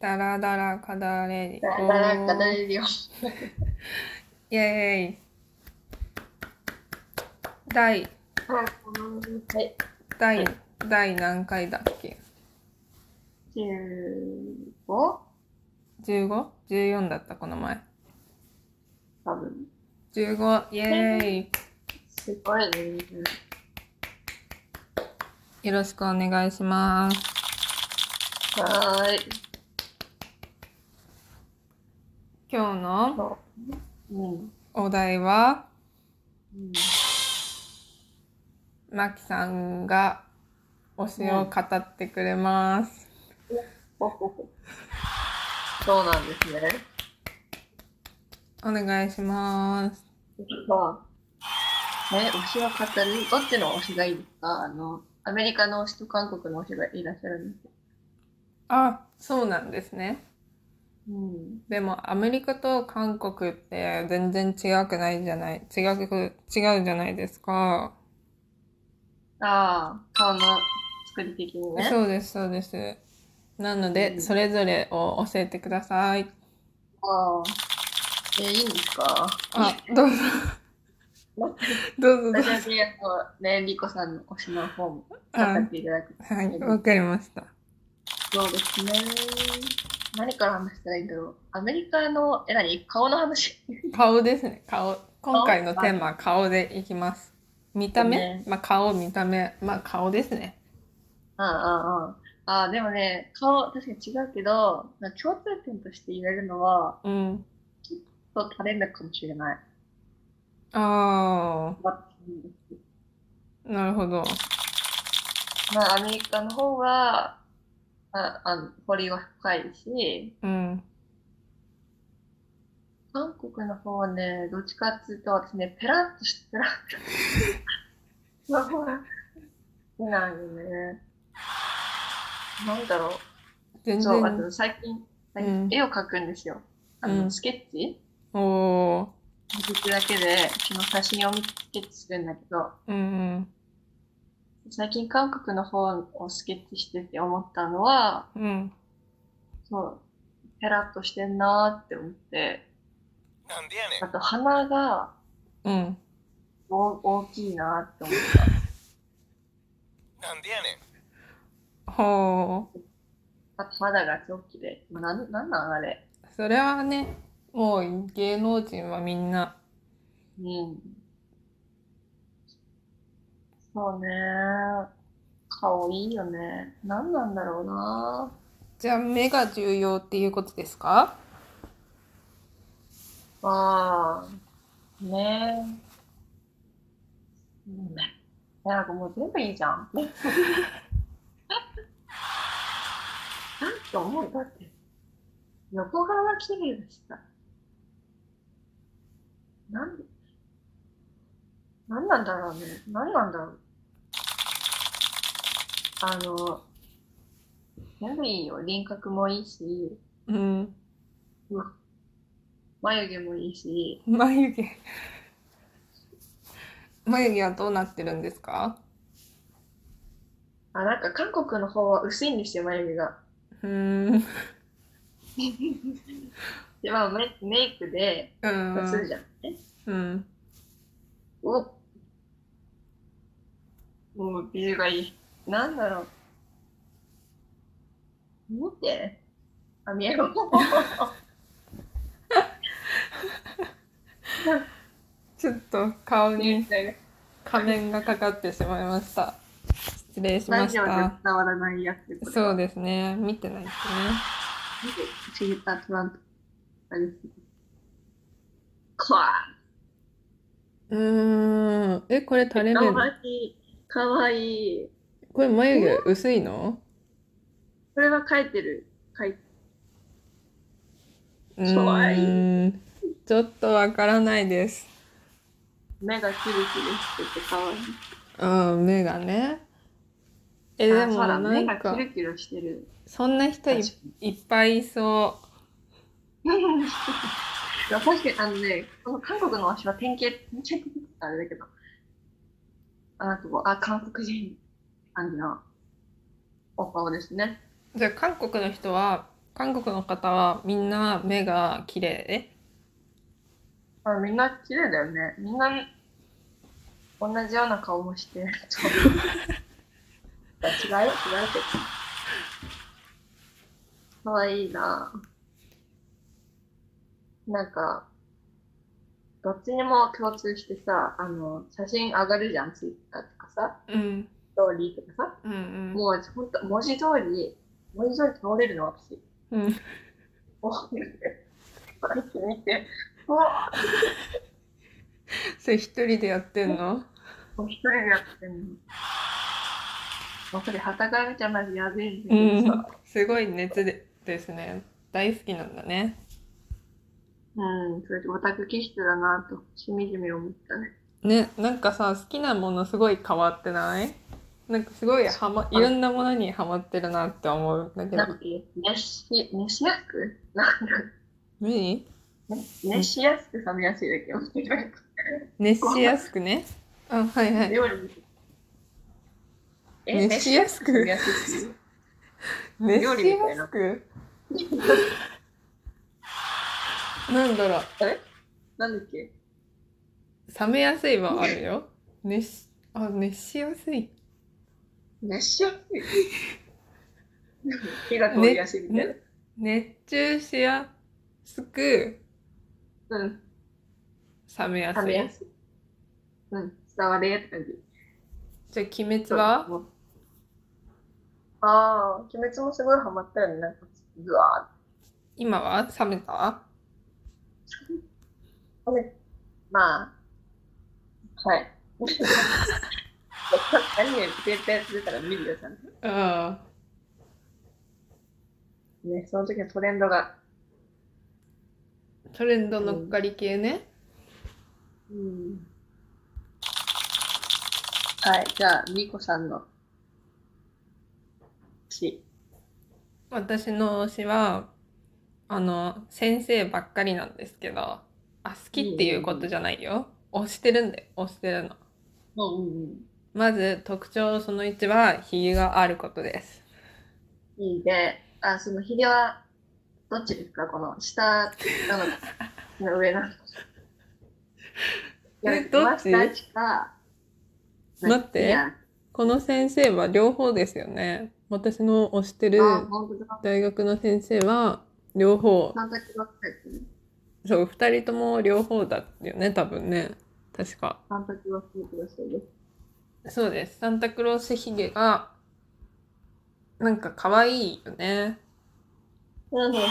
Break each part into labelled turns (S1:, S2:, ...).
S1: ダラダラカダレリ
S2: だらかだれるよ。
S1: イエーイ第
S2: はい。
S1: 第
S2: は
S1: 第何回だっけ
S2: 十五
S1: ?15?14 だったこの前
S2: 多分。
S1: 15イエーイ
S2: すごいね。
S1: よろしくお願いします
S2: はーい。
S1: 今日の
S2: そう。うん。
S1: お題は
S2: うん
S1: マキさんが推しを語ってくれます、
S2: ほほほ。そうなんですね。
S1: お願いします
S2: さあ、ね、推しは語る。どっちの推しがいいですかあの、アメリカの推しと韓国の推しがいらっしゃるんですよ。
S1: あそうなんですね
S2: うん。
S1: でもアメリカと韓国って全然違くないじゃない違く違うじゃないですか
S2: ああ、顔の作り的にね。
S1: そうですそうですなので、
S2: うん
S1: それぞれを教えてください
S2: ああ。えいいんですか
S1: あどうぞどうぞどうぞ
S2: 私はね、リコさんの推しの方も語
S1: あ
S2: っていただく
S1: はいわかりました
S2: そうですね。何から話したらいいんだろう。アメリカの、え、何顔の話
S1: 顔ですね顔今回のテーマは顔でいきます見た目、
S2: ね
S1: まあ顔見た目まあ顔ですね
S2: うんうんうん。ああ、でもね、顔、確かに違うけど、なんか共通点として言えるのは、
S1: うん
S2: そう、タレントかもしれない。
S1: あ
S2: ま
S1: あなるほど
S2: あ、アメリカの方が、あ、あの、彫りは深いし、
S1: うん
S2: 韓国の方はね、どっちかっていうと、私ね、ペラッとして、ペラッと。の方が好きなんよね。なんだろう。
S1: 全
S2: そう、あ
S1: 然
S2: と最近、最
S1: うん
S2: 近絵を描くんですよ。あの、
S1: うん
S2: スケッチ
S1: おおー
S2: 見てるだけで、その写真を見てスケッチするんだけど、
S1: うん
S2: 最近韓国の方をスケッチしてて思ったのは、
S1: うんうん
S2: そう、ペラッとしてんなーって思って、
S3: También,
S2: あと鼻が
S1: うん
S2: 大大きいなーって思っ
S3: también.
S1: ほう
S2: た。あと肌が超綺麗。まあなん、なんなんあれ。
S1: それはねもう芸能人はみんな
S2: うん。そうねー。顔いいよね。なんなんだろうなー。
S1: じゃあ目が重要っていうことですか
S2: まあ、ねえ。うん。なんかもう全部いいじゃん。なんて思うだって。横顔が綺麗でした。なんで、なんなんだろうね。なんなんだろう。あの、全部いいよ。輪郭もいいし、
S1: うん
S2: 眉毛もいいし、
S1: 眉毛 眉毛はどうなってるんですか
S2: あ、なんか韓国の方は薄いんですよ、眉毛が。
S1: うーん
S2: で、まあメ、メイクで、
S1: う
S2: する
S1: ん
S2: じゃん。え
S1: うん
S2: おもう、ビジュがいい。なんだろう。見て。あ、見えろ。
S1: ちょっと顔
S2: 見え
S1: に
S2: ない
S1: 仮面がかかってしまいました失礼し
S2: ラ
S1: まし
S2: ジオで
S1: た
S2: 伝わらないやつ。
S1: そう
S2: で
S1: ですね見てないですね
S2: す。チータートラント。あれです。かわ
S1: うーんえこれ垂れ目
S2: いい。かわいい。
S1: これ眉毛薄いの
S2: これは書いてる。書いて
S1: うーんちょっとわからないです
S2: 目がキリキリしててかわいい。
S1: うん目がねえ
S2: あ
S1: でも
S2: そうだ
S1: な
S2: 目
S1: ん
S2: が
S1: か
S2: キルキルしてる。
S1: そんな人い
S2: 確か
S1: いっぱいいそ
S2: にいや確かに、あのね、この韓国の足は典型、典型的ってあれだけど、あなんかこうあ、韓国人、あの、お顔ですね。
S1: うじゃあ韓国の人は韓国の方はみんな目が綺麗
S2: あみんな綺麗だよね。みんな同じような顔もしてると思う。違うよ、違うけど。かわいいななんか、どっちにも共通してさ、あの、写真上がるじゃん、ツイッターとかさ、
S1: うん
S2: ストーリーとかさ。
S1: うん
S2: もう、ほんと、文字通り、文字通り倒れるの、私。
S1: うんうん
S2: もう、これ見て、うわ
S1: それ一人でやってんの
S2: お一人でやってんの。もうそれ、はたから見ちゃマジやべえんだ
S1: う
S2: けど
S1: ん
S2: さ。
S1: すごい熱でですね大好きなんだね
S2: うん、それでオタク気質だなと、しみじみ思ったね。
S1: ねなんかさ好きなものすごい変わってないなんかすごいはまいろんなものにハマってるなって思うんだけ
S2: なん
S1: ど
S2: か、熱し、熱しやすくなんだ
S1: 何
S2: ね熱しやすく冷めやすいだけ。
S1: 熱しやすくねあはいはい
S2: 料理。え
S1: 熱しやすく
S2: 熱しやすく
S1: 熱
S2: 料理
S1: し
S2: みたい
S1: やす
S2: な
S1: く なんだろう
S2: なんだっけ
S1: 冷めやすいはあるよ熱しあ熱しやすい
S2: 熱しやすい。火が通りやすいみたいな。
S1: 熱中しやすく
S2: うん、
S1: 冷めや
S2: 冷
S1: す
S2: め
S1: い
S2: やすい。うん、伝われって感じ。
S1: じゃあ鬼滅は
S2: ああ、鬼滅もすごいハマったよね。なんか、ぐわ
S1: 今は冷めた
S2: ーって。まあ、はい。 アニメ絶対出たら見るよ、ちゃんと。
S1: うん
S2: ね、その時のトレンドが。
S1: トレンド乗っかり系ね、
S2: うん。はい、じゃあ、みーこさんの。し。
S1: 私の推しはあの先生ばっかりなんですけどあ好きっていうことじゃないよ推してるんで推してるの
S2: うんうんうん。
S1: まず特徴その1はひげがあることです
S2: いいで、あ、そのひげは、どっちですかこの、下なのか、その上なのか。
S1: えどっち
S2: 真下しか
S1: 待って
S2: いや
S1: この先生は両方ですよね私の推してる
S2: あ、本当だ。
S1: 大学の先生は両方
S2: 三択ばっかりですね。
S1: そう2人とも両方だよね多分ね確か
S2: 三択ばっかりですね。
S1: そうです。サンタクロースヒゲが、なんか可愛いよね。
S2: うんうんうん。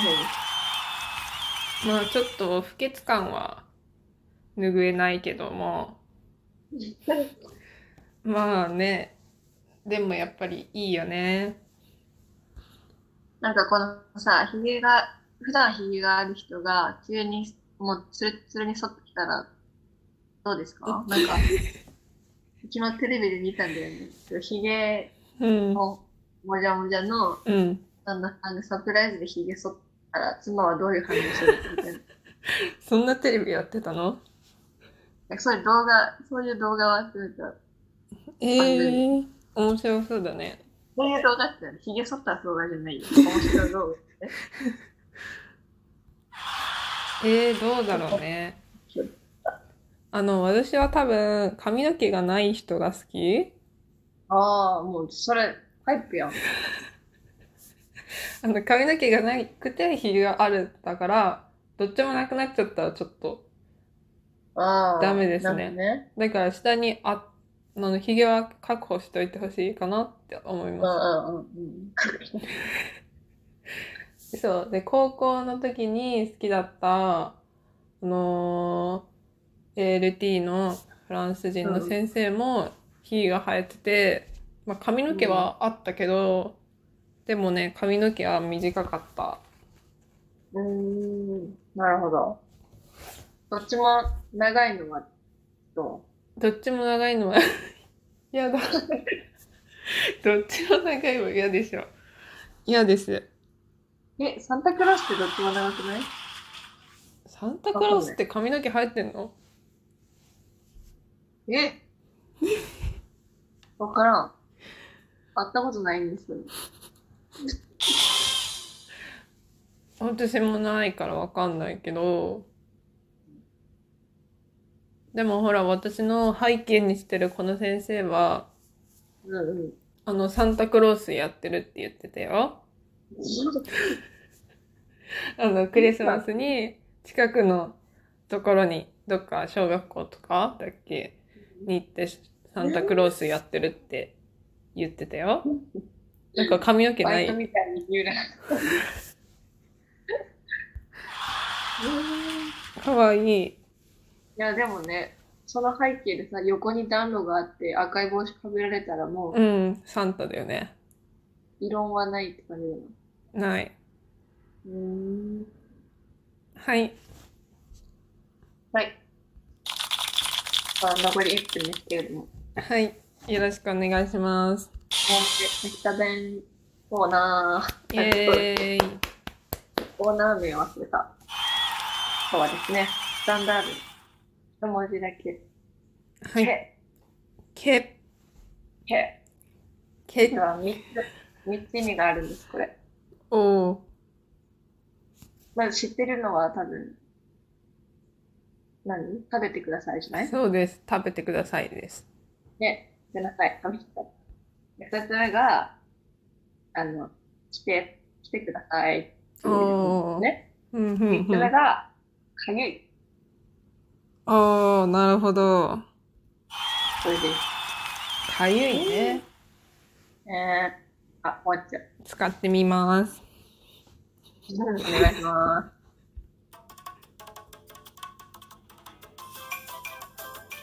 S1: まあちょっと不潔感は拭えないけども、まあね、でもやっぱりいいよね。
S2: なんかこのさ、ひげが、普段ひげがある人が、急に、もう、つるつるに剃ってきたら、どうですかなんか、昨日テレビで見たんだよね。ひげ
S1: うん。
S2: も、もじゃもじゃの、
S1: うん。
S2: 旦那さんがサプライズでひげ剃ったら、妻はどういう反応するかみたいな。
S1: そんなテレビやってたの
S2: なんかそういう動画、そういう動画を集めた。
S1: ええー、面白そうだね。
S2: そういう動画って、ひげ剃った動画じゃないよ。面白い動画。
S1: えー、どうだろうね。あの、私は多分髪の毛がない人が好き
S2: ああ、もう、それ、タイプやん。
S1: あの髪の毛がなくてひげがあるだからどっちもなくなっちゃったらちょっと
S2: ああ。
S1: ダメですね
S2: なんかね。
S1: だから下にああのひげは確保しといてほしいかなって思い
S2: うんう
S1: ま
S2: んうんうん。
S1: すそうで高校の時に好きだったあのー ALT のフランス人の先生もひげが生えてて、まあ、髪の毛はあったけど、でもね髪の毛は短かった
S2: うーん、なるほど。どっちも長いのはど
S1: どっちも長いのは 嫌だ。どっちも長いは嫌でしょ。嫌です。
S2: うえ、サンタクロースってどっちも長くない
S1: サンタクロースって髪の毛生えてんの
S2: え わからん。会ったことないんですけど。
S1: 私もないからわかんないけど、でもほら、私の背景にしてるこの先生は、
S2: うんうん。
S1: あの、サンタクロースやってるって言ってた よ。あの、クリスマスに近くのところに、どっか小学校とかだっけに行ってサンタクロースやってるって言ってたよ。なんか髪の毛
S2: バ
S1: な
S2: イト
S1: い。
S2: みたいに言うな。
S1: かわいい。
S2: いや、でもね、その背景でさ、横に暖炉があって赤い帽子かぶられたらもう
S1: うん、サンタだよね。
S2: 異論はないって感じだな。
S1: ない。
S2: うーん。
S1: はい。
S2: はい。さあ、残り1分ですけれども。
S1: はい。よろしくお願いします。
S2: 秋田弁コーナ
S1: イ
S2: ー。
S1: エーイ。
S2: コーナー名忘れた。そうですね。スタンダード。一文字だけ。
S1: はい。
S2: け、
S1: け、
S2: け。
S1: け
S2: 実、は3つ、三つ意味があるんです、これ。
S1: おー。
S2: まず知ってるのは多分、何食べてくださいじゃない
S1: そうです。食べてくださいです。
S2: ね、食べなさい。食べてください。二つ目が、あの、来て、来てください。
S1: おー
S2: ね。
S1: うん、う
S2: 三
S1: ん、
S2: つ
S1: う
S2: 目
S1: ん。
S2: が、かゆい。
S1: おー、なるほど。
S2: それです。
S1: かゆいね。
S2: えー、あ、終わっちゃう。
S1: 使ってみます。
S2: お願いします。